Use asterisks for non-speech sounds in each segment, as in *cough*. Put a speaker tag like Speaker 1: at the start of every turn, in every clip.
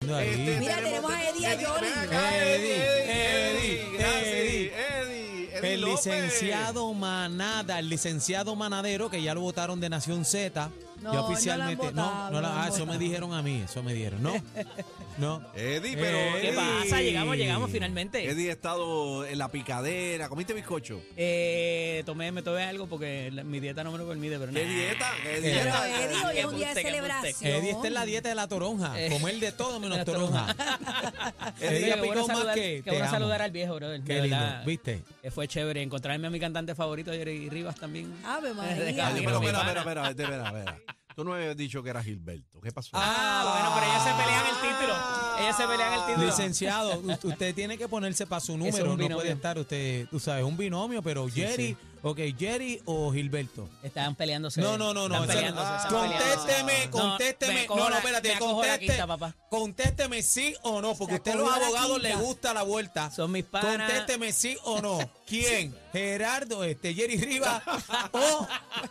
Speaker 1: Este,
Speaker 2: haciendo ahí?
Speaker 3: Mira, tenemos a Eddie Ayori.
Speaker 1: ven acá, Eddie,
Speaker 2: Eddie,
Speaker 1: Eddie, Eddie,
Speaker 2: Eddie.
Speaker 1: Eddie, Eddie
Speaker 2: El
Speaker 1: López.
Speaker 2: licenciado Manada, el licenciado Manadero, que ya lo votaron de Nación Z. ya
Speaker 3: No, no lo han
Speaker 2: oficialmente.
Speaker 3: votado,
Speaker 2: no,
Speaker 3: no lo han
Speaker 2: ah, eso me
Speaker 3: votado.
Speaker 2: dijeron a mí, eso me dijeron. No,
Speaker 4: *laughs*
Speaker 2: no.
Speaker 1: Eddie, pero-
Speaker 4: ¿Qué
Speaker 1: Eddie.
Speaker 4: pasa? Llegamos, llegamos finalmente.
Speaker 1: Eddie ha estado en la picadera. ¿Comiste bizcocho?
Speaker 4: Eh, tomé, me tomé algo porque la- mi dieta no me lo permite, pero
Speaker 1: ¿Qué
Speaker 4: nada.
Speaker 1: dieta? ¿Qué
Speaker 3: Pero
Speaker 1: dieta?
Speaker 3: Eddie, hoy es un día de
Speaker 4: Qué embuste, qué embuste.
Speaker 3: celebración.
Speaker 2: Eddie está en la dieta de la toronja.
Speaker 4: Eh.
Speaker 2: Comer de todo
Speaker 4: *laughs*
Speaker 2: menos
Speaker 4: La
Speaker 2: toronja.
Speaker 4: toronja.
Speaker 2: *laughs* Eddie
Speaker 4: Qué
Speaker 2: ha picado
Speaker 4: bueno
Speaker 2: más
Speaker 4: saludar-
Speaker 2: que.
Speaker 4: qué
Speaker 2: te
Speaker 4: bueno
Speaker 2: amo.
Speaker 4: saludar al viejo, brother.
Speaker 2: Qué
Speaker 4: de
Speaker 2: lindo,
Speaker 4: verdad.
Speaker 2: ¿viste?
Speaker 4: Eh, Fue chévere encontrarme a mi cantante favorito, Jerry Rivas, también.
Speaker 3: Ave
Speaker 4: Eh,
Speaker 3: María.
Speaker 1: Ah,
Speaker 4: Eddie,
Speaker 1: Pero
Speaker 4: no, mi
Speaker 1: espera,
Speaker 4: pana.
Speaker 1: espera, espera, espera, espera. Tú no me habías dicho que era Gilberto. ¿Qué pasó?
Speaker 4: Ah, bueno, pero ellas se pelean el título. Ellas se pelean el título. *laughs*
Speaker 2: Licenciado, u- usted tiene que ponerse para su
Speaker 4: es
Speaker 2: número.
Speaker 4: un
Speaker 2: no puede
Speaker 4: binomio.
Speaker 2: estar usted, tú sabes, un binomio, pero Jerry, ok, Jerry o Gilberto.
Speaker 4: Estaban peleándose.
Speaker 2: No, no, no, no.
Speaker 4: Están
Speaker 2: esa-
Speaker 4: peleándose,
Speaker 2: ah,
Speaker 4: están peleándose.
Speaker 2: Contésteme,
Speaker 4: No,
Speaker 2: contésteme.
Speaker 4: me
Speaker 2: No,
Speaker 4: cojo
Speaker 2: no,
Speaker 4: la-
Speaker 2: espérate,
Speaker 4: me cojo la
Speaker 2: contésteme.
Speaker 4: quinta, papá.
Speaker 2: Contésteme sí o no, porque
Speaker 3: Se
Speaker 2: a usted los
Speaker 3: acogió la
Speaker 2: abogados les
Speaker 3: quinta.
Speaker 2: gusta la vuelta.
Speaker 4: Son mis panas.
Speaker 2: Contésteme sí o
Speaker 4: *laughs*
Speaker 2: no. ¿Quién? Gerardo, este, Jerry Rivas o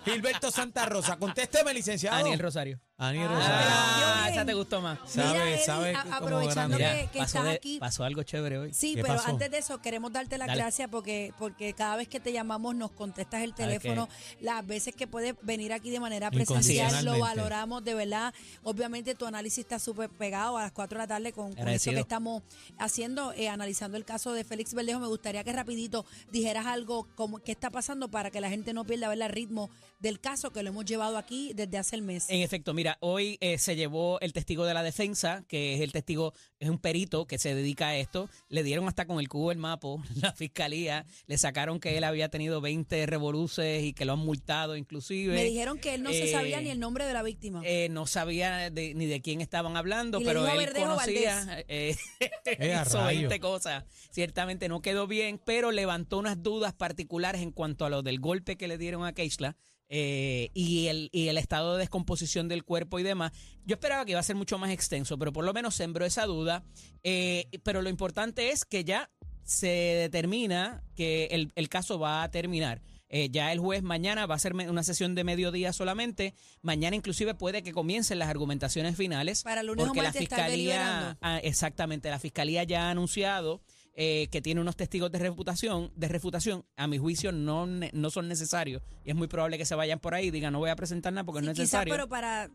Speaker 2: Gilberto Santa Rosa. Contésteme, licenciado.
Speaker 4: Daniel Rosario.
Speaker 2: Aniel Rosario.
Speaker 3: Ah,
Speaker 4: Ah,
Speaker 3: qué
Speaker 4: esa
Speaker 3: bien.
Speaker 4: te gustó más.
Speaker 2: Sabe,
Speaker 3: Mira, Eddie,
Speaker 2: sabe que
Speaker 3: a-
Speaker 2: como
Speaker 3: aprovechando
Speaker 2: grande.
Speaker 3: que, que
Speaker 4: pasó,
Speaker 3: estás
Speaker 4: de-
Speaker 3: aquí.
Speaker 4: pasó algo chévere hoy.
Speaker 3: Sí,
Speaker 2: ¿Qué
Speaker 3: pero
Speaker 2: pasó?
Speaker 3: antes de eso queremos darte las
Speaker 4: Dale.
Speaker 3: gracias porque porque cada vez que te llamamos nos contestas el
Speaker 4: Sabes que-
Speaker 3: teléfono, las veces que puedes venir aquí de manera presencial
Speaker 2: Incondicionalmente.
Speaker 3: lo valoramos de verdad. Obviamente tu análisis está súper pegado a las 4 de la tarde con, con esto
Speaker 4: Agradecido.
Speaker 3: que estamos haciendo, eh, analizando el caso de Félix Verdejo. Me gustaría que rapidito dijeras algo como qué está pasando para que la gente no pierda ¿verdad? el ritmo del caso que lo hemos llevado aquí desde hace el mes.
Speaker 4: En efecto, mira, hoy eh, se llevó el testigo de la defensa, que es el testigo, es un perito que se dedica a esto. Le dieron hasta con el cubo el mapo, *laughs* la fiscalía, le sacaron que él había tenido 20 revoluces y que lo han multado inclusive.
Speaker 3: Me dijeron que él no se
Speaker 4: eh,
Speaker 3: sabía ni el nombre de la víctima.
Speaker 4: Eh, no sabía de- ni de quién estaban hablando,
Speaker 3: Y le
Speaker 4: pero
Speaker 3: dijo
Speaker 4: él
Speaker 3: Verdejo
Speaker 4: conocía. Eh, *laughs*
Speaker 2: Eh, a
Speaker 4: hizo
Speaker 2: rayos.
Speaker 4: 20 cosas. Ciertamente no quedó bien, pero levantó unas dudas particulares en cuanto a lo del golpe que le dieron a Keishla. eh, y, el, y el estado de descomposición del cuerpo y demás. Yo esperaba que iba a ser mucho más extenso, pero por lo menos sembró esa duda. Eh, pero lo importante es que ya se determina que el, el caso va a terminar. Eh, ya el juez mañana va a ser me- una sesión de mediodía solamente. Mañana inclusive puede que comiencen las argumentaciones finales.
Speaker 3: Para lunes o
Speaker 4: porque la
Speaker 3: martes estar deliberando.
Speaker 4: fiscalía, ah, exactamente, la fiscalía ya ha anunciado eh, que tiene unos testigos de reputación, de refutación. A mi juicio no, ne- no son necesarios y es muy probable que se vayan por ahí. y Digan, no voy a presentar nada porque
Speaker 3: Sí,
Speaker 4: Pues no es
Speaker 3: quizás,
Speaker 4: necesario.
Speaker 3: pero para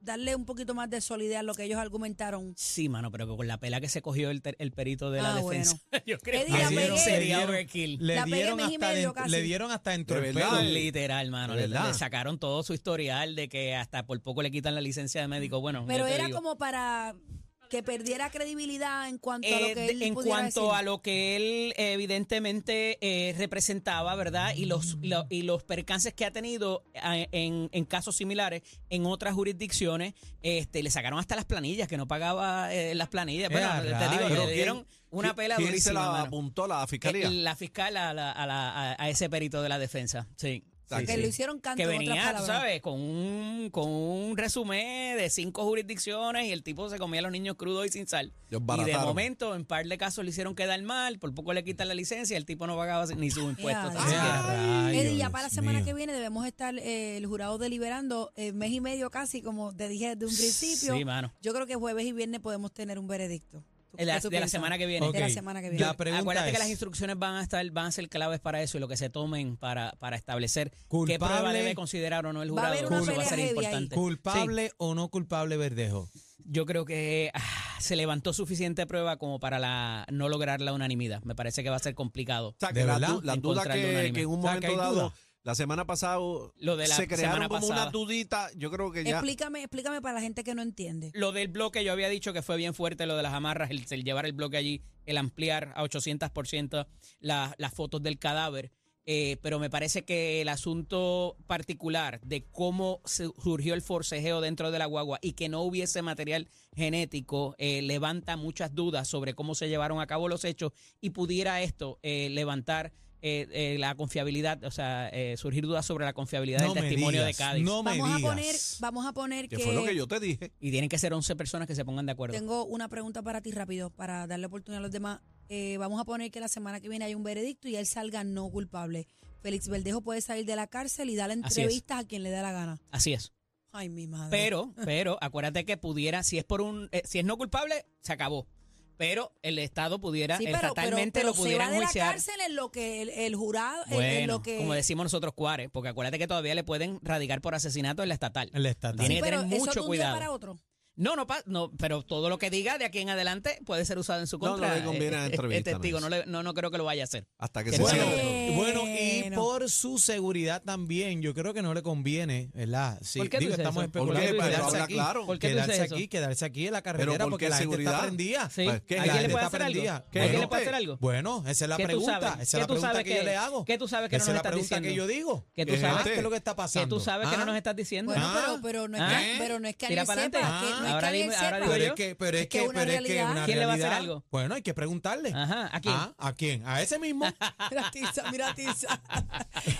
Speaker 3: darle un poquito más de solidez a lo que ellos argumentaron.
Speaker 4: Sí, mano, pero que con la pela que se cogió el, ter- el perito de la
Speaker 3: Ah,
Speaker 4: defensa. Yo creo
Speaker 3: Eddie, la
Speaker 4: que
Speaker 3: pegué.
Speaker 4: sería
Speaker 2: Le dieron-
Speaker 4: overkill.
Speaker 2: Le
Speaker 3: La pegué
Speaker 2: dieron,
Speaker 3: mes y
Speaker 2: hasta
Speaker 3: medio
Speaker 2: dentro-
Speaker 3: casi.
Speaker 2: le dieron hasta dentro
Speaker 1: De
Speaker 2: el
Speaker 1: verdad.
Speaker 2: pelo.
Speaker 4: Literal, mano.
Speaker 1: De
Speaker 4: Le,
Speaker 1: verdad.
Speaker 4: le sacaron todo su historial de que hasta por poco le quitan la licencia de médico. Bueno,
Speaker 3: Pero
Speaker 4: ya te
Speaker 3: era
Speaker 4: digo.
Speaker 3: como para que perdiera credibilidad en cuanto a
Speaker 4: Eh,
Speaker 3: lo que él
Speaker 4: de- en
Speaker 3: pudiera
Speaker 4: cuanto
Speaker 3: decir.
Speaker 4: a lo que él eh, evidentemente eh, representaba, ¿verdad? Y los, lo- y los percances que ha tenido eh, en, en casos similares en otras jurisdicciones, este, le sacaron hasta las planillas, que no pagaba eh, las planillas.
Speaker 2: Eh,
Speaker 4: Bueno,
Speaker 2: a
Speaker 4: te digo,
Speaker 2: rayos.
Speaker 4: le dieron una pela
Speaker 1: ¿Quién
Speaker 4: durísima.
Speaker 1: se la
Speaker 4: mano.
Speaker 1: apuntó la fiscalía?
Speaker 4: Eh, La fiscal a, la- a la- a- a ese perito de la defensa, sí.
Speaker 1: Exacto.
Speaker 4: Sí,
Speaker 3: que
Speaker 4: sí.
Speaker 3: lo hicieron canto
Speaker 4: Que
Speaker 3: en otras
Speaker 4: venía, tú
Speaker 3: palabras.
Speaker 4: sabes, con un, con un resumen de cinco jurisdicciones y el tipo se comía a los niños crudos y sin sal.
Speaker 1: Los
Speaker 4: Y de
Speaker 1: barataron.
Speaker 4: momento, en par de casos le hicieron quedar mal, por poco le quitan la licencia y el tipo no pagaba ni sus impuestos.
Speaker 3: Ya,
Speaker 4: Así
Speaker 2: Eh, a
Speaker 4: que-
Speaker 2: rayos,
Speaker 3: Eddie, ya para la
Speaker 2: Dios
Speaker 3: semana
Speaker 2: mío.
Speaker 3: que viene debemos estar eh, el jurado deliberando eh, mes y medio casi, como te dije desde un principio.
Speaker 4: Sí, mano.
Speaker 3: Yo creo que jueves y viernes podemos tener un veredicto. ¿Tú-
Speaker 4: De la-
Speaker 3: qué tú
Speaker 4: de la
Speaker 3: piensas?
Speaker 4: semana que viene.
Speaker 3: De la
Speaker 2: Ok.
Speaker 3: semana que viene.
Speaker 2: La pregunta
Speaker 4: Acuérdate
Speaker 2: es,
Speaker 4: que las instrucciones van a estar, van a ser claves para eso y lo que se tomen para, para establecer qué prueba
Speaker 2: Culpable.
Speaker 4: debe considerar o no el
Speaker 3: Va a
Speaker 4: jurado.
Speaker 3: haber
Speaker 4: Eso
Speaker 3: una
Speaker 4: va a
Speaker 3: pelea
Speaker 4: ser
Speaker 3: heavy ahí.
Speaker 4: importante. Sí.
Speaker 2: ¿Culpable o no culpable Verdejo?
Speaker 4: Yo creo que ah, se levantó suficiente prueba como para la, no lograr la unanimidad. Me parece que va a ser complicado.
Speaker 1: O sea,
Speaker 2: ¿De
Speaker 1: que la,
Speaker 2: verdad?
Speaker 1: du- la duda
Speaker 4: Encontrarle un
Speaker 1: que,
Speaker 4: anime.
Speaker 1: que en un
Speaker 2: O sea, que
Speaker 1: momento
Speaker 2: hay
Speaker 1: dado,
Speaker 2: duda.
Speaker 1: la semana pasado,
Speaker 4: Lo de la
Speaker 1: se crearon
Speaker 4: semana
Speaker 1: como
Speaker 4: pasada.
Speaker 1: una dudita, yo creo que ya...
Speaker 3: Explícame, explícame para la gente que no entiende.
Speaker 4: Lo del bloque, yo había dicho que fue bien fuerte lo de las amarras, el, el llevar el bloque allí, el ampliar a 800% la- las fotos del cadáver. Eh, pero me parece que el asunto particular de cómo se- surgió el forcejeo dentro de la guagua y que no hubiese material genético eh, levanta muchas dudas sobre cómo se llevaron a cabo los hechos y pudiera esto eh, levantar eh, eh, la confiabilidad, o sea, eh, surgir dudas sobre la confiabilidad
Speaker 2: No
Speaker 4: del
Speaker 2: me
Speaker 4: testimonio
Speaker 2: digas,
Speaker 4: de Cádiz.
Speaker 2: no me
Speaker 3: vamos a
Speaker 2: digas.
Speaker 3: poner, vamos a poner
Speaker 1: Que fue lo que yo te dije.
Speaker 4: Y tienen que ser 11 personas que se pongan de acuerdo.
Speaker 3: Tengo una pregunta para ti rápido, para darle oportunidad a los demás. Eh, vamos a poner que la semana que viene hay un veredicto y él salga no culpable. Félix Verdejo puede salir de la cárcel y dar
Speaker 4: es.
Speaker 3: entrevistas a quien le dé la gana.
Speaker 4: Así es.
Speaker 3: Ay, mi madre.
Speaker 4: Pero, pero, acuérdate que pudiera, si es por un, eh, si es no culpable, se acabó. Pero el Estado pudiera,
Speaker 3: Sí,
Speaker 4: el estatalmente
Speaker 3: pero
Speaker 4: eh, lo pudiera
Speaker 3: se va de la
Speaker 4: enjuiciar.
Speaker 3: cárcel en lo que el, el jurado, en- en,
Speaker 4: Bueno,
Speaker 3: lo que...
Speaker 4: como decimos nosotros, cuares, porque acuérdate que todavía le pueden radicar por asesinato en la estatal.
Speaker 2: El estatal.
Speaker 4: Tiene
Speaker 3: Sí,
Speaker 4: que tener
Speaker 3: pero eso de
Speaker 4: mucho
Speaker 3: un
Speaker 4: cuidado.
Speaker 3: Día para otro.
Speaker 4: No, no, pa- no, pero todo lo que diga de aquí en adelante puede ser usado en su
Speaker 1: No, no
Speaker 4: contra.
Speaker 1: le conviene
Speaker 4: Eh,
Speaker 1: la
Speaker 4: eh,
Speaker 1: entrevista,
Speaker 4: el testigo,
Speaker 1: no
Speaker 4: no,
Speaker 1: es.
Speaker 4: le- no, no creo que lo vaya a hacer.
Speaker 1: Hasta que
Speaker 4: Que
Speaker 1: se
Speaker 4: no
Speaker 2: Bueno,
Speaker 1: siente. *laughs*
Speaker 3: se-
Speaker 2: eh, bueno, y
Speaker 3: Bueno.
Speaker 2: por su seguridad también, yo creo que no le conviene, ¿verdad? Sí,
Speaker 4: ¿Por qué tú
Speaker 2: digo,
Speaker 4: dices
Speaker 2: estamos
Speaker 4: eso?
Speaker 1: ¿Por qué?
Speaker 2: especulando.
Speaker 1: Pero
Speaker 2: quedarse
Speaker 1: habla
Speaker 2: aquí,
Speaker 1: claro.
Speaker 4: ¿Por qué tú
Speaker 2: quedarse
Speaker 4: dices eso?
Speaker 2: aquí, quedarse aquí en la carretera
Speaker 1: ¿por
Speaker 2: porque
Speaker 1: qué
Speaker 2: la gente está
Speaker 1: seguridad?
Speaker 2: prendida.
Speaker 4: Sí.
Speaker 1: Pues, ¿qué?
Speaker 2: La
Speaker 1: ¿Alguien
Speaker 2: gente
Speaker 4: le puede
Speaker 2: está
Speaker 4: hacer algo?
Speaker 2: prendida.
Speaker 4: ¿Alguien
Speaker 2: Bueno,
Speaker 4: le puede hacer algo?
Speaker 2: Bueno, esa es la
Speaker 4: ¿Qué tú
Speaker 2: pregunta.
Speaker 4: sabes?
Speaker 2: Esa es
Speaker 4: ¿Qué
Speaker 2: la
Speaker 4: tú
Speaker 2: pregunta
Speaker 4: sabes
Speaker 2: que, yo
Speaker 4: que-
Speaker 2: le hago.
Speaker 4: que tú sabes que no
Speaker 2: Esa es
Speaker 4: nos
Speaker 2: la
Speaker 4: estás
Speaker 2: pregunta que
Speaker 4: diciendo?
Speaker 2: yo digo.
Speaker 4: Que tú
Speaker 2: ¿Qué
Speaker 4: sabes-
Speaker 2: es lo que está
Speaker 4: Que
Speaker 2: pasando?
Speaker 4: tú sabes que
Speaker 2: Ah,
Speaker 4: no nos estás diciendo.
Speaker 3: Bueno,
Speaker 2: Ah.
Speaker 3: pero, pero, no es
Speaker 4: Ah.
Speaker 3: que, pero no es que
Speaker 4: Tira
Speaker 3: alguien
Speaker 4: para
Speaker 3: sepa,
Speaker 4: adelante. Ah,
Speaker 3: que, no es que
Speaker 4: Ahora
Speaker 3: alguien
Speaker 4: dime- ahora
Speaker 3: sepa.
Speaker 4: digo
Speaker 2: Pero
Speaker 4: yo.
Speaker 2: es que, pero es
Speaker 3: Es que
Speaker 2: que,
Speaker 3: una
Speaker 2: pero es que
Speaker 3: realidad.
Speaker 2: una
Speaker 4: ¿Quién le va a hacer
Speaker 2: realidad-
Speaker 4: algo?
Speaker 2: Bueno, hay que preguntarle.
Speaker 4: Ajá, ¿a quién?
Speaker 2: Ah, ¿A quién? A ese mismo.
Speaker 3: *laughs* Mira, Tiza, mira,
Speaker 4: *laughs*
Speaker 3: Tiza.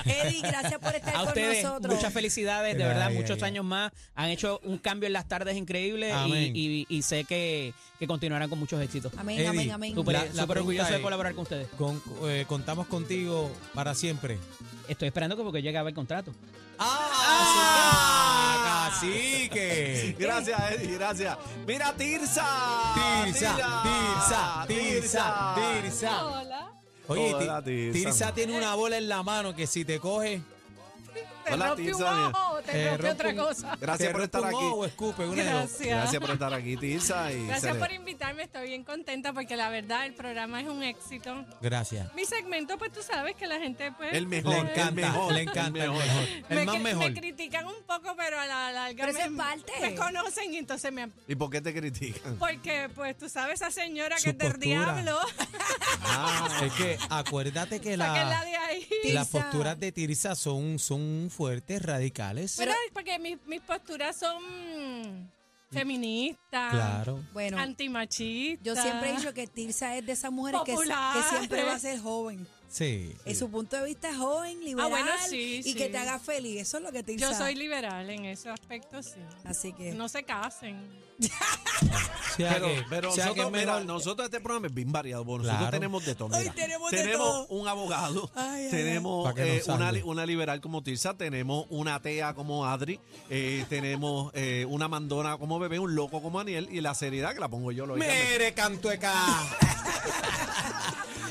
Speaker 3: Eddie, gracias por estar
Speaker 4: A
Speaker 3: con
Speaker 4: ustedes,
Speaker 3: nosotros.
Speaker 4: muchas felicidades, de
Speaker 2: Ay,
Speaker 4: verdad,
Speaker 2: ay,
Speaker 4: muchos
Speaker 2: ay.
Speaker 4: años más. Han hecho un cambio en las tardes increíble y-
Speaker 2: Amén.
Speaker 4: y, y sé que, que continuarán con muchos éxitos.
Speaker 3: Amén,
Speaker 2: Eddie,
Speaker 3: amén, amén.
Speaker 4: Súper
Speaker 2: La- la
Speaker 4: súper
Speaker 2: pregunta
Speaker 4: orgulloso de
Speaker 2: es-
Speaker 4: colaborar con ustedes.
Speaker 2: Con- eh, contamos contigo para siempre.
Speaker 4: Estoy esperando que porque llegaba el contrato.
Speaker 2: ¡Ah! ¡Cacique!
Speaker 1: Gracias, Eddie, gracias. Mira, Tirsa.
Speaker 2: Tirsa, Tirsa, Tirsa, Tirsa.
Speaker 5: Ah, Hola.
Speaker 2: Oye,
Speaker 1: Hola,
Speaker 2: Ti-
Speaker 1: Tirsa.
Speaker 2: Tirsa tiene una bola en la mano que si te coge,
Speaker 5: Te
Speaker 1: Hola,
Speaker 5: rompe
Speaker 1: Tirsa,
Speaker 5: un
Speaker 1: mira.
Speaker 5: ojo, o te
Speaker 2: Eh,
Speaker 5: rompe
Speaker 2: rompe
Speaker 5: otra
Speaker 2: un-
Speaker 5: cosa.
Speaker 1: Gracias
Speaker 2: te
Speaker 1: por estar
Speaker 2: rompe un
Speaker 1: aquí.
Speaker 2: ojo o escupe una de dos.
Speaker 5: Gracias.
Speaker 1: Gracias por estar aquí, Tirsa. y se
Speaker 5: Gracias
Speaker 1: le-
Speaker 5: por invitarme, estoy bien contenta porque la verdad el programa es un éxito.
Speaker 2: Gracias.
Speaker 5: Mi segmento, pues tú sabes que la gente pues
Speaker 1: El mejor,
Speaker 2: Le
Speaker 1: el
Speaker 2: encanta,
Speaker 1: mejor,
Speaker 2: le encanta, el
Speaker 1: el
Speaker 2: mejor. El
Speaker 5: me,
Speaker 2: más
Speaker 5: cri-
Speaker 2: mejor.
Speaker 5: me critican un poco, pero a la larga
Speaker 3: Pero eso
Speaker 5: me,
Speaker 3: es parte.
Speaker 5: me conocen y entonces me
Speaker 1: ¿Y por qué te critican?
Speaker 5: porque pues tú sabes esa señora
Speaker 2: Su
Speaker 5: que es del
Speaker 2: postura.
Speaker 5: diablo,
Speaker 1: Ah,
Speaker 2: Es que acuérdate que
Speaker 5: *laughs* sáquenla
Speaker 2: la,
Speaker 5: de ahí.
Speaker 2: las
Speaker 3: Tirsa.
Speaker 2: posturas de Tirsa son, son fuertes, radicales.
Speaker 5: Pero es porque mis, mis posturas son feministas,
Speaker 2: Claro.
Speaker 3: Bueno,
Speaker 5: antimachistas.
Speaker 3: yo siempre he dicho que Tirsa es de esas mujeres que, que
Speaker 5: Populares.
Speaker 3: siempre va a ser joven.
Speaker 2: Sí.
Speaker 3: En su punto de vista joven, liberal
Speaker 5: Ah, bueno, sí,
Speaker 3: y
Speaker 5: sí.
Speaker 3: que te haga feliz. Eso es lo que Tirsa.
Speaker 5: Yo soy liberal en ese aspecto, sí.
Speaker 3: Así que
Speaker 5: No se casen.
Speaker 2: O sea
Speaker 1: Pero,
Speaker 2: que-
Speaker 1: pero
Speaker 2: o sea que
Speaker 1: nosotros,
Speaker 2: es mejor.
Speaker 1: mira, nosotros este programa es bien variado. porque Nosotros
Speaker 2: Claro.
Speaker 1: tenemos de todo.
Speaker 3: Ay,
Speaker 1: mira.
Speaker 3: tenemos de todo.
Speaker 1: un abogado,
Speaker 3: Ay, ay,
Speaker 1: tenemos
Speaker 2: ay. Pa' que
Speaker 1: eh,
Speaker 2: nos
Speaker 1: una,
Speaker 2: salve.
Speaker 1: li- una liberal como Tirsa, tenemos una atea como Adri, eh, tenemos eh, una mandona como Bebé, un loco como Aniel y la seriedad que la pongo yo. lógicamente.
Speaker 2: Mere cantueca.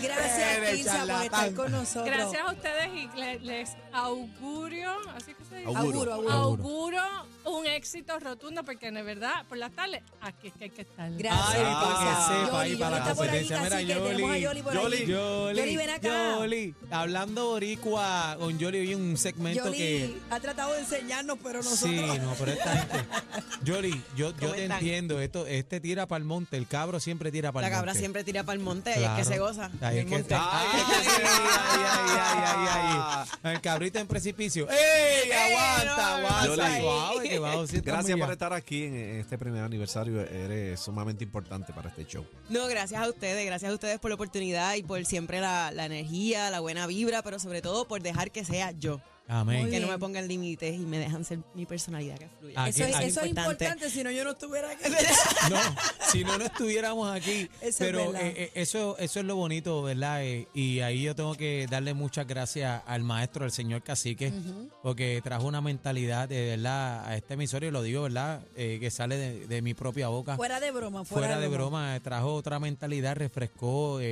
Speaker 3: gracias,
Speaker 2: Eres
Speaker 3: Tirsa, por estar
Speaker 2: charlatán.
Speaker 3: con nosotros.
Speaker 5: Gracias a ustedes y le- les augurio, así que se dice?
Speaker 1: Auguro.
Speaker 3: Auguro, auguro.
Speaker 5: auguro un éxito rotundo porque de verdad por las tardes aquí es que hay que estar.
Speaker 3: Gracias.
Speaker 2: Ay, para que
Speaker 3: Yoli,
Speaker 2: sepa, ahí
Speaker 3: Yoli
Speaker 2: para la
Speaker 3: está por ahí,
Speaker 2: competencia. Mira,
Speaker 3: cacique, tenemos a Yoli por
Speaker 1: Yoli,
Speaker 3: ahí.
Speaker 2: Yoli,
Speaker 3: Yoli, ven acá.
Speaker 2: Yoli, hablando boricua, con Yoli vi un segmento
Speaker 3: Yoli
Speaker 2: que...
Speaker 3: ha tratado de enseñarnos, pero nosotros.
Speaker 2: Sí, no, pero esta gente...
Speaker 3: *laughs*
Speaker 2: Yoli, yo, yo
Speaker 6: ¿Cómo
Speaker 2: te
Speaker 6: están?
Speaker 2: entiendo, esto, este tira para el monte, el cabro siempre tira para
Speaker 6: La
Speaker 2: el monte.
Speaker 6: cabra siempre tira para el monte, ahí
Speaker 2: Claro.
Speaker 6: es que se goza.
Speaker 2: Ahí es
Speaker 6: en
Speaker 2: que
Speaker 6: el monte.
Speaker 2: está. Ay, ay, ay, ay, ay, ay, ay. El cabrito en precipicio. ¡Ey! Aguanta,
Speaker 6: no, no,
Speaker 2: aguanta.
Speaker 1: Yoli.
Speaker 2: Suave, que
Speaker 3: *laughs*
Speaker 2: bajo sí está
Speaker 1: Gracias
Speaker 2: muy
Speaker 1: por
Speaker 2: bien.
Speaker 1: estar aquí en eh, este primer aniversario. Eres sumamente importante para este show.
Speaker 6: No, gracias a ustedes, gracias a ustedes por la oportunidad y por siempre la, la energía, la buena vibra, pero sobre todo por dejar que sea yo,
Speaker 2: Amén.
Speaker 3: Muy
Speaker 6: que no
Speaker 3: bien.
Speaker 6: me pongan límites y me dejan ser mi personalidad que fluya.
Speaker 2: Aquí-
Speaker 3: Eso, es,
Speaker 2: aquí-
Speaker 3: eso es importante, si no yo no estuviera
Speaker 2: *laughs*
Speaker 3: aquí.
Speaker 2: No, si no, no estuviéramos aquí.
Speaker 3: Eso es
Speaker 2: pero
Speaker 3: verdad.
Speaker 2: eh, eh, eso, eso es lo bonito, ¿verdad? Eh, y ahí yo tengo que darle muchas gracias al maestro, al señor cacique, porque trajo una mentalidad, de verdad, a este emisorio, lo digo, ¿verdad? Eh, que sale de, de mi propia boca. Ah, Fuera,
Speaker 3: Fuera de broma, fuera,
Speaker 2: de
Speaker 3: *laughs*
Speaker 2: broma, eh, trajo otra mentalidad, refrescó eh,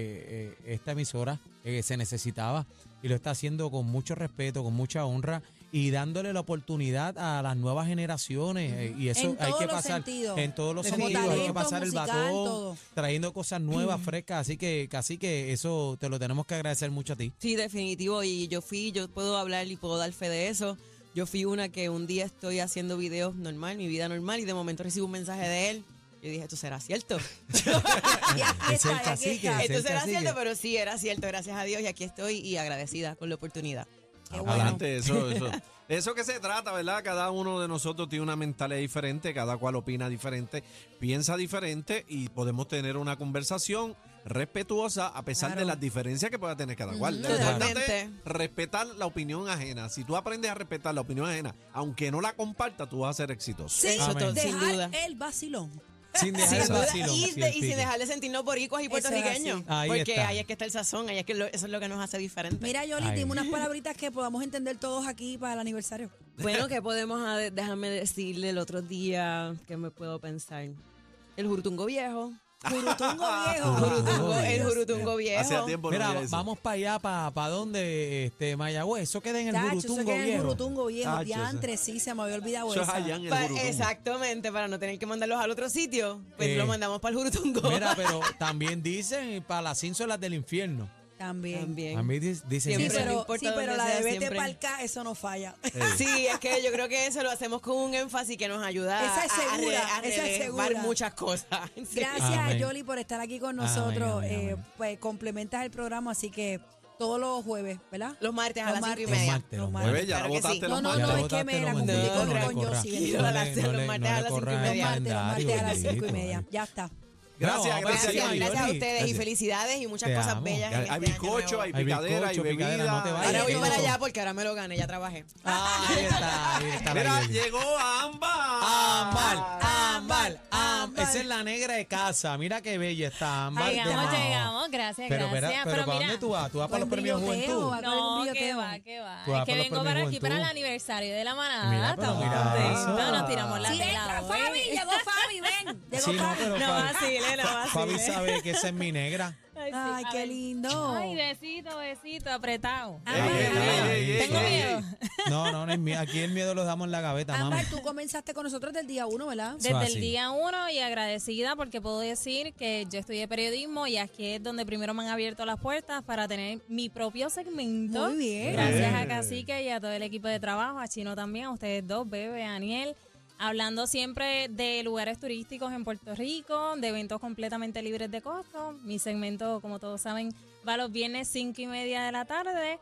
Speaker 2: eh, esta emisora eh, que se necesitaba y lo está haciendo con mucho respeto, con mucha honra y dándole la oportunidad a las nuevas generaciones eh, y eso
Speaker 3: En
Speaker 2: hay
Speaker 3: todos
Speaker 2: que
Speaker 3: los
Speaker 2: pasar
Speaker 3: sentidos.
Speaker 2: en todos los
Speaker 3: Como
Speaker 2: sentidos hay que
Speaker 3: talento
Speaker 2: pasar el
Speaker 3: musical,
Speaker 2: batón
Speaker 3: todo.
Speaker 2: trayendo cosas nuevas frescas así que casi que eso te lo tenemos que agradecer mucho a ti
Speaker 6: Sí, definitivo. Y yo fui, yo puedo hablar y puedo dar fe de eso. Yo fui una que un día estoy haciendo videos normal, mi vida normal, y de momento recibo un mensaje de él. Yo dije, esto será cierto.
Speaker 3: Y aquí
Speaker 2: Es el
Speaker 3: está, y aquí
Speaker 2: cacique,
Speaker 3: está.
Speaker 2: es el-
Speaker 6: Esto será
Speaker 2: cacique.
Speaker 6: cierto, pero sí, era cierto, gracias a Dios. Y aquí estoy y agradecida con la oportunidad.
Speaker 3: Qué bueno.
Speaker 2: *laughs*
Speaker 1: Adelante, eso, eso. Eso que se trata, ¿verdad? Cada uno de nosotros tiene una mentalidad diferente, cada cual opina diferente, piensa diferente y podemos tener una conversación respetuosa a pesar
Speaker 3: Claro.
Speaker 1: de las diferencias que pueda tener cada cual.
Speaker 6: Ujú,
Speaker 1: Lo importante
Speaker 6: totalmente.
Speaker 1: es respetar la opinión ajena. Si tú aprendes a respetar la opinión ajena, aunque no la comparta, tú vas a ser exitoso.
Speaker 3: Sí,
Speaker 6: Eso
Speaker 2: Amén.
Speaker 6: to-
Speaker 3: dejar
Speaker 6: sin duda.
Speaker 3: el vacilón.
Speaker 2: Sin dejar
Speaker 6: Sin
Speaker 2: el
Speaker 6: duda,
Speaker 2: vacilo.
Speaker 6: y, de- y sin
Speaker 2: pique.
Speaker 6: dejar de sentirnos boricuas y
Speaker 3: Eso es
Speaker 6: puertorriqueños.
Speaker 3: así.
Speaker 2: Ahí
Speaker 6: Porque
Speaker 2: está.
Speaker 6: ahí es que está el sazón, ahí es que lo- eso es lo que nos hace diferentes.
Speaker 3: Mira, Yoli,
Speaker 2: Ay.
Speaker 3: dime unas palabritas que podamos entender todos aquí para
Speaker 2: *laughs*
Speaker 3: el aniversario.
Speaker 6: Bueno, ¿qué podemos ah, de- déjame decirle el otro día que me puedo pensar? El jurutungo viejo.
Speaker 3: Jurutungo
Speaker 2: Ah,
Speaker 3: viejo.
Speaker 2: Jurutungo
Speaker 6: Jurutungo- el
Speaker 2: viejo.
Speaker 6: jurutungo viejo.
Speaker 1: Hacía tiempo no
Speaker 2: Mira,
Speaker 1: veía eso.
Speaker 2: vamos para allá, para dónde, este, Mayagüez. Eso queda en el
Speaker 3: *laughs* Chacho, eso
Speaker 2: Burutungo
Speaker 3: queda en el
Speaker 2: viejo.
Speaker 3: Jurutungo viejo.
Speaker 1: Chacho,
Speaker 3: Diantre, sí, se me había olvidado
Speaker 1: Eso es
Speaker 3: esa.
Speaker 1: allá en el
Speaker 6: Pa-
Speaker 1: Jurutungo.
Speaker 6: exactamente, para no tener que mandarlos al otro sitio, pues
Speaker 2: Eh.
Speaker 6: lo mandamos para el jurutungo.
Speaker 2: Mira, pero también dicen para las ínsulas del infierno.
Speaker 3: También.
Speaker 6: *laughs* también.
Speaker 2: A mí eh. dis- dicen
Speaker 3: Sí,
Speaker 6: Siempre,
Speaker 2: eso.
Speaker 6: no
Speaker 3: pero,
Speaker 6: importa
Speaker 3: sí, pero
Speaker 6: dónde
Speaker 3: la de
Speaker 6: sea,
Speaker 3: vete
Speaker 6: siempre.
Speaker 3: para acá, eso no falla.
Speaker 6: Sí, es que yo creo que eso lo hacemos con un énfasis que nos ayuda
Speaker 3: Esa es
Speaker 6: a-
Speaker 3: segura,
Speaker 6: a, re- a
Speaker 3: esa es
Speaker 6: relevar
Speaker 3: segura.
Speaker 6: muchas cosas. *laughs* *laughs* Sí.
Speaker 3: Gracias,
Speaker 2: Amén.
Speaker 3: Yoli, por estar aquí con
Speaker 2: Amén,
Speaker 3: nosotros.
Speaker 2: amén,
Speaker 3: Eh,
Speaker 2: amén.
Speaker 3: pues complementas el programa, así que todos los jueves, ¿verdad?
Speaker 6: Los martes a
Speaker 3: Los
Speaker 6: las cinco y
Speaker 2: Los
Speaker 3: martes.
Speaker 6: media.
Speaker 2: martes, los
Speaker 3: No,
Speaker 2: martes.
Speaker 1: Bebé, ya
Speaker 6: Claro que
Speaker 1: votaste
Speaker 6: sí.
Speaker 1: los
Speaker 3: No, no,
Speaker 1: martes.
Speaker 3: no,
Speaker 2: Ya
Speaker 3: es que
Speaker 2: votaste
Speaker 3: me la
Speaker 2: los
Speaker 3: confundí
Speaker 2: martes.
Speaker 6: con-
Speaker 2: No, no
Speaker 3: con
Speaker 2: le
Speaker 3: Yossi.
Speaker 2: corras.
Speaker 6: Tranquilo,
Speaker 2: No
Speaker 6: a las-
Speaker 2: le-
Speaker 6: los
Speaker 2: no le-
Speaker 6: martes
Speaker 2: no
Speaker 6: a
Speaker 2: le
Speaker 6: las
Speaker 2: corras
Speaker 6: cinco
Speaker 2: el
Speaker 6: y
Speaker 3: Los
Speaker 6: media.
Speaker 3: martes, los
Speaker 2: calendario,
Speaker 3: martes a las cinco y
Speaker 2: bendito,
Speaker 3: media.
Speaker 2: Mayagüez.
Speaker 3: Ya está.
Speaker 1: Gracias,
Speaker 2: No,
Speaker 1: gracias,
Speaker 6: Gracias,
Speaker 2: Mayoli.
Speaker 6: gracias a ustedes y
Speaker 2: Gracias.
Speaker 6: felicidades y muchas
Speaker 2: Te
Speaker 6: cosas
Speaker 2: amo.
Speaker 6: bellas.
Speaker 1: Hay,
Speaker 6: en
Speaker 1: hay
Speaker 6: este año
Speaker 1: bizcocho,
Speaker 6: nuevo.
Speaker 1: hay
Speaker 2: Hay
Speaker 1: picadera, hay
Speaker 2: bizcocho, picadera, no
Speaker 1: bebida.
Speaker 2: te vayas.
Speaker 6: Ahora voy
Speaker 2: Ay,
Speaker 6: para
Speaker 2: eso.
Speaker 6: allá porque ahora me lo gané, ya trabajé.
Speaker 2: Ah, ahí está, ahí está. la
Speaker 1: Mira,
Speaker 2: Yoli.
Speaker 1: llegó Ámbar.
Speaker 2: Ámbar, Ámbar, Ámbar.
Speaker 3: Ámbar.
Speaker 2: Esa es la negra de casa. Mira qué bella está Ámbar. de
Speaker 5: Llegamos,
Speaker 2: Mao.
Speaker 5: llegamos, gracias,
Speaker 2: Pero,
Speaker 5: gracias.
Speaker 2: espera, pero, ¿para dónde tú vas? ¿Tú vas para
Speaker 3: ¿Cuál
Speaker 2: los premios
Speaker 3: brilloteo?
Speaker 2: Juventud?
Speaker 3: ¿Cuál
Speaker 5: No,
Speaker 3: es el
Speaker 5: que
Speaker 3: brilloteo?
Speaker 5: va, que va.
Speaker 2: Tú vas
Speaker 5: Es que
Speaker 2: para los
Speaker 5: vengo
Speaker 2: premios
Speaker 5: para aquí para el
Speaker 2: Juventud.
Speaker 5: aniversario de la manada.
Speaker 2: Mira, pero
Speaker 5: Estamos
Speaker 2: mira
Speaker 5: contentos,
Speaker 2: eso.
Speaker 5: nos tiramos la
Speaker 3: Sí,
Speaker 5: tela
Speaker 3: entra
Speaker 5: hoy.
Speaker 3: Fabi, llegó Fabi, ven. Llegó
Speaker 2: Sí, no,
Speaker 3: Fabi.
Speaker 2: pero
Speaker 5: No
Speaker 2: Fabi-
Speaker 5: vacile, no
Speaker 2: Fabi
Speaker 5: vacile.
Speaker 2: sabe que esa es mi negra.
Speaker 5: Ay, sí,
Speaker 3: Ay,
Speaker 5: a
Speaker 3: qué
Speaker 5: ver.
Speaker 3: lindo.
Speaker 5: Ay, besito, besito, apretado.
Speaker 3: Ah,
Speaker 1: Ey, ey,
Speaker 2: ah,
Speaker 1: ey, ey,
Speaker 5: Tengo
Speaker 1: ey,
Speaker 5: miedo.
Speaker 2: No, no, no es miedo. Aquí el miedo lo damos en la gaveta, mami.
Speaker 3: Ámbar, tú comenzaste con nosotros del día uno, ¿verdad?
Speaker 2: Sí. Eso
Speaker 5: Desde
Speaker 2: así.
Speaker 5: el día uno y agradecida porque puedo decir que yo estudié periodismo y aquí es donde primero me han abierto las puertas para tener mi propio segmento.
Speaker 3: Muy bien.
Speaker 5: Gracias
Speaker 1: Bien.
Speaker 5: a Cacique y a todo el equipo de trabajo, a Chino también, a ustedes dos, Bebe, Daniel. Hablando siempre de lugares turísticos en Puerto Rico, de eventos completamente libres de costo. Mi segmento, como todos saben, va los viernes 5 y media de la tarde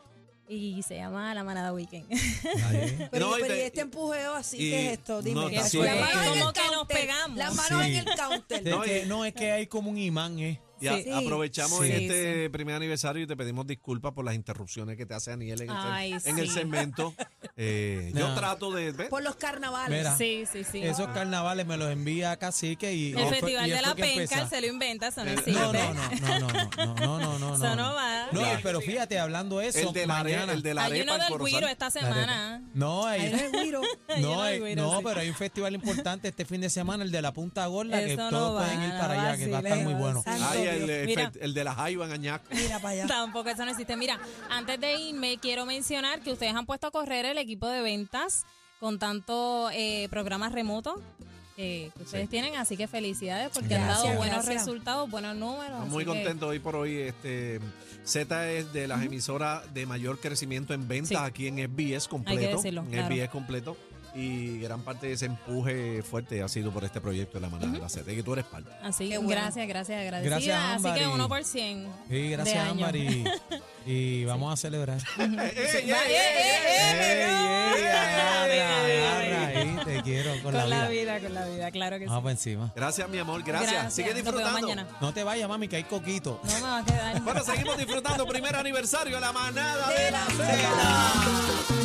Speaker 5: y se llama La Manada Weekend. *laughs*
Speaker 2: Ahí.
Speaker 3: Pero,
Speaker 1: No, y
Speaker 3: pero
Speaker 1: te-
Speaker 3: ¿y este empujeo así,
Speaker 1: y-
Speaker 3: ¿qué es esto? Dime.
Speaker 1: no, está
Speaker 3: Las
Speaker 1: suelto.
Speaker 3: manos en el
Speaker 5: Como que nos
Speaker 3: counter,
Speaker 5: pegamos.
Speaker 3: Las manos
Speaker 2: Sí.
Speaker 3: en el counter.
Speaker 2: Es
Speaker 1: No,
Speaker 2: que-
Speaker 1: y-
Speaker 2: no, es que hay como un imán, ¿eh?
Speaker 1: Y a-
Speaker 5: Sí.
Speaker 1: aprovechamos
Speaker 2: Sí.
Speaker 1: en este primer aniversario y te pedimos disculpas por las interrupciones que te hace Aniel en, el-
Speaker 5: Ay,
Speaker 1: en el,
Speaker 5: sí.
Speaker 1: segmento. Eh, Yo
Speaker 2: No.
Speaker 1: trato de. ¿ves?
Speaker 3: Por los carnavales.
Speaker 2: Mira.
Speaker 5: Sí, sí, sí.
Speaker 2: Esos carnavales me los envía Cacique y... y
Speaker 5: El
Speaker 2: fue-
Speaker 5: Festival
Speaker 2: y
Speaker 5: de
Speaker 2: es
Speaker 5: la
Speaker 2: porque
Speaker 5: Penca,
Speaker 2: empieza.
Speaker 5: él se lo inventa, eso no
Speaker 1: Eh,
Speaker 5: existe.
Speaker 2: No, no, no, no, no, no, no, no, no,
Speaker 5: Eso no va.
Speaker 2: No, pero fíjate, hablando de eso,
Speaker 1: el de la
Speaker 2: mañana...
Speaker 1: arepa, el de la
Speaker 5: Hay
Speaker 1: arepa,
Speaker 5: uno
Speaker 1: el
Speaker 5: del
Speaker 1: corozal.
Speaker 5: Guiro esta semana.
Speaker 2: No, hay-
Speaker 5: *laughs*
Speaker 3: Ahí no es güiro.
Speaker 5: Yo
Speaker 2: No,
Speaker 5: no
Speaker 1: eh,
Speaker 2: hay-
Speaker 5: digo ir
Speaker 2: no,
Speaker 5: así.
Speaker 2: pero hay un festival importante este fin de semana, el de la Punta Gorda, que
Speaker 5: Eso no
Speaker 2: todos
Speaker 5: va,
Speaker 2: pueden ir
Speaker 5: no
Speaker 2: para allá, que va a estar
Speaker 3: vacile,
Speaker 2: muy bueno.
Speaker 3: santo
Speaker 1: Ay, el,
Speaker 3: Dios.
Speaker 1: eh,
Speaker 5: Mira.
Speaker 1: fe- el de la jaiba en Añaco.
Speaker 3: Mira para allá.
Speaker 5: Tampoco eso no existe. Mira, antes de irme, quiero mencionar que ustedes han puesto a correr el equipo de ventas con tanto eh, programas remotos que que ustedes tienen, así que felicidades porque han
Speaker 2: Gracias.
Speaker 5: dado buenos
Speaker 3: Gracias.
Speaker 5: resultados, buenos números.
Speaker 1: Estamos
Speaker 5: así
Speaker 1: muy
Speaker 5: que-
Speaker 1: contentos hoy por hoy. Este, Z es de las emisoras de mayor crecimiento en ventas
Speaker 5: Sí.
Speaker 1: aquí en SBS completo.
Speaker 5: decirlo,
Speaker 1: en
Speaker 5: claro.
Speaker 1: SBS completo. Y gran parte de ese empuje fuerte ha sido por este proyecto de la manada de la Z, que tú eres parte.
Speaker 5: Así
Speaker 3: Qué
Speaker 5: que
Speaker 3: bueno.
Speaker 5: gracias, gracias, agradecida.
Speaker 2: Gracias, Ámbar,
Speaker 5: así que
Speaker 2: y-
Speaker 5: 1 por 100.
Speaker 2: Sí, gracias,
Speaker 5: de año. ¡Eh,
Speaker 2: Ámbar, y,
Speaker 5: *laughs*
Speaker 2: y vamos a celebrar.
Speaker 1: ¡Ey, ey,
Speaker 2: Ey, ey,
Speaker 5: ey,
Speaker 2: agarra,
Speaker 5: ey, ey,
Speaker 2: agarra ahí, te quiero con,
Speaker 5: Con la vida, con la vida, claro que sí.
Speaker 2: Vamos para encima.
Speaker 1: Gracias, mi amor, gracias. Sigue
Speaker 5: Nos vemos
Speaker 1: disfrutando.
Speaker 5: mañana.
Speaker 2: No te vayas, mami, que hay coquito.
Speaker 5: No me va a quedar.
Speaker 1: Bueno, seguimos disfrutando. Primer aniversario, la manada de la Z.